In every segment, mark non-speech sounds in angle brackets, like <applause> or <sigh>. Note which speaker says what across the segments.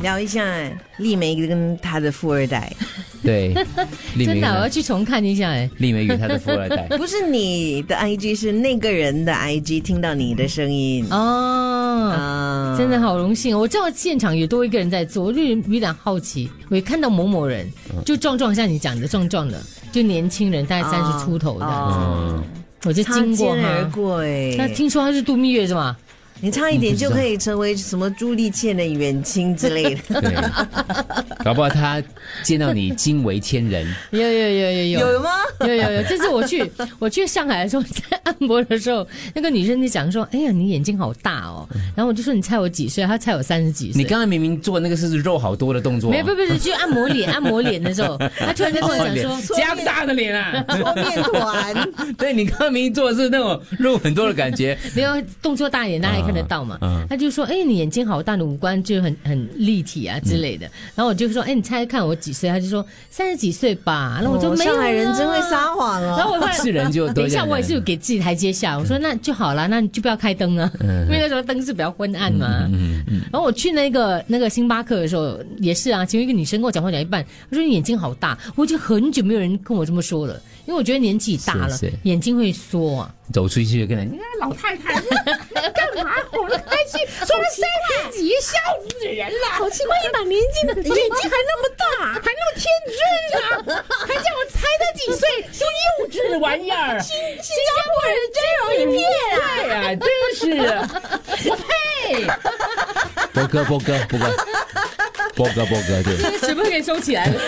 Speaker 1: 聊一下丽梅跟她的富二
Speaker 2: <laughs>
Speaker 1: 代，
Speaker 3: 对，丽梅
Speaker 2: 真
Speaker 3: 与
Speaker 2: 的我要
Speaker 3: 她
Speaker 2: 去重看一下哎。
Speaker 3: 丽梅与她的富二
Speaker 2: <laughs>
Speaker 3: 代，
Speaker 1: 不是你的 IG，是那个人的 IG，听到你的声音
Speaker 2: 哦，
Speaker 1: 啊
Speaker 2: 真的好荣幸哦！我知道现场有多一个人在做，我就有点好奇。我看到某某人，就壮壮像你讲的壮壮的，就年轻人，大概三十出头的，
Speaker 3: 啊
Speaker 1: 哦
Speaker 2: 我就
Speaker 1: 擦
Speaker 2: 经过
Speaker 1: 肩而
Speaker 2: 他。
Speaker 1: 过哎，
Speaker 2: 那听说他是度蜜月是吧？
Speaker 1: 你差一点就可以成为什么朱丽倩的远亲之类的。
Speaker 3: 对，嗯
Speaker 2: <laughs>
Speaker 3: 搞不好她见到你惊为天人，
Speaker 2: 有有有有 <laughs> 有
Speaker 1: <laughs> 吗？
Speaker 2: 有有有，这次我去我去上海的时候，在按摩的时候，那个女生就讲说：“哎呀，你眼睛好大哦。”然后我就说：“你猜我几岁？”她猜我三十几岁。
Speaker 3: 你刚才明明做那个是肉好多的动作，啊
Speaker 2: 没有，不不是去按摩脸，按摩脸的时候，她突然间跟我
Speaker 3: 哦
Speaker 2: 讲
Speaker 3: 脸
Speaker 2: 说。
Speaker 3: 这样大的脸啊！ <laughs>
Speaker 1: 搓面团，
Speaker 3: 对你刚明做的是那种肉很多的感
Speaker 2: <laughs>
Speaker 3: 觉，
Speaker 2: 没有动作大一点，大家也看得到嘛。
Speaker 1: 啊
Speaker 3: 嗯嗯
Speaker 2: 她就说：“哎，你眼睛好大，你五官就很很立体啊之类的。
Speaker 1: 嗯
Speaker 2: 然后我就说：“哎，你猜猜看我几岁？”她就说：“三十几岁吧。” <laughs> 然后我就
Speaker 1: 哦
Speaker 2: 没有、啊
Speaker 1: 上海人真会。撒谎
Speaker 2: 然
Speaker 1: 哦。
Speaker 2: 后我后
Speaker 1: <laughs>
Speaker 2: 来
Speaker 3: 是人就都
Speaker 2: 等一
Speaker 3: 这
Speaker 2: 下，
Speaker 3: 样
Speaker 2: 我也是有给自己台阶下。我
Speaker 1: 嗯
Speaker 2: 说那就好了，那你就不要开灯啊，因为那时候灯是比较昏暗
Speaker 1: 嗯
Speaker 2: 嘛。然后我去那个那个星巴克的时候也是啊，其中一个女生跟我讲话讲一半，她说你眼睛好大，我已经很久没有人跟我这么说了，因为我觉得年纪大了，
Speaker 3: 是是
Speaker 2: 眼睛会缩啊。
Speaker 3: 走出去就跟嗯人，
Speaker 4: 老太太，你 <laughs> 干嘛哄着开心？说了三十几，笑死人了！好奇怪，一把 <laughs> 年纪的眼睛还那么大，还那么天真啊，还叫我猜他几岁，说幼稚玩意
Speaker 2: <laughs>
Speaker 4: 儿！新新加坡人真容易骗啊！对啊，
Speaker 2: <laughs>
Speaker 4: 真是
Speaker 3: 波哥波哥波哥波哥波哥，对，
Speaker 2: 这个水杯给收起
Speaker 4: <laughs>
Speaker 2: 来了，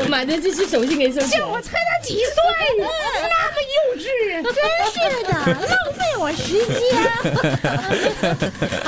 Speaker 2: 我买的这只手机给收起来
Speaker 4: 叫我
Speaker 2: 了。
Speaker 4: 猜他几 <laughs> 岁，那么幼 <laughs> 稚，真是的，浪费我时间。
Speaker 2: 好。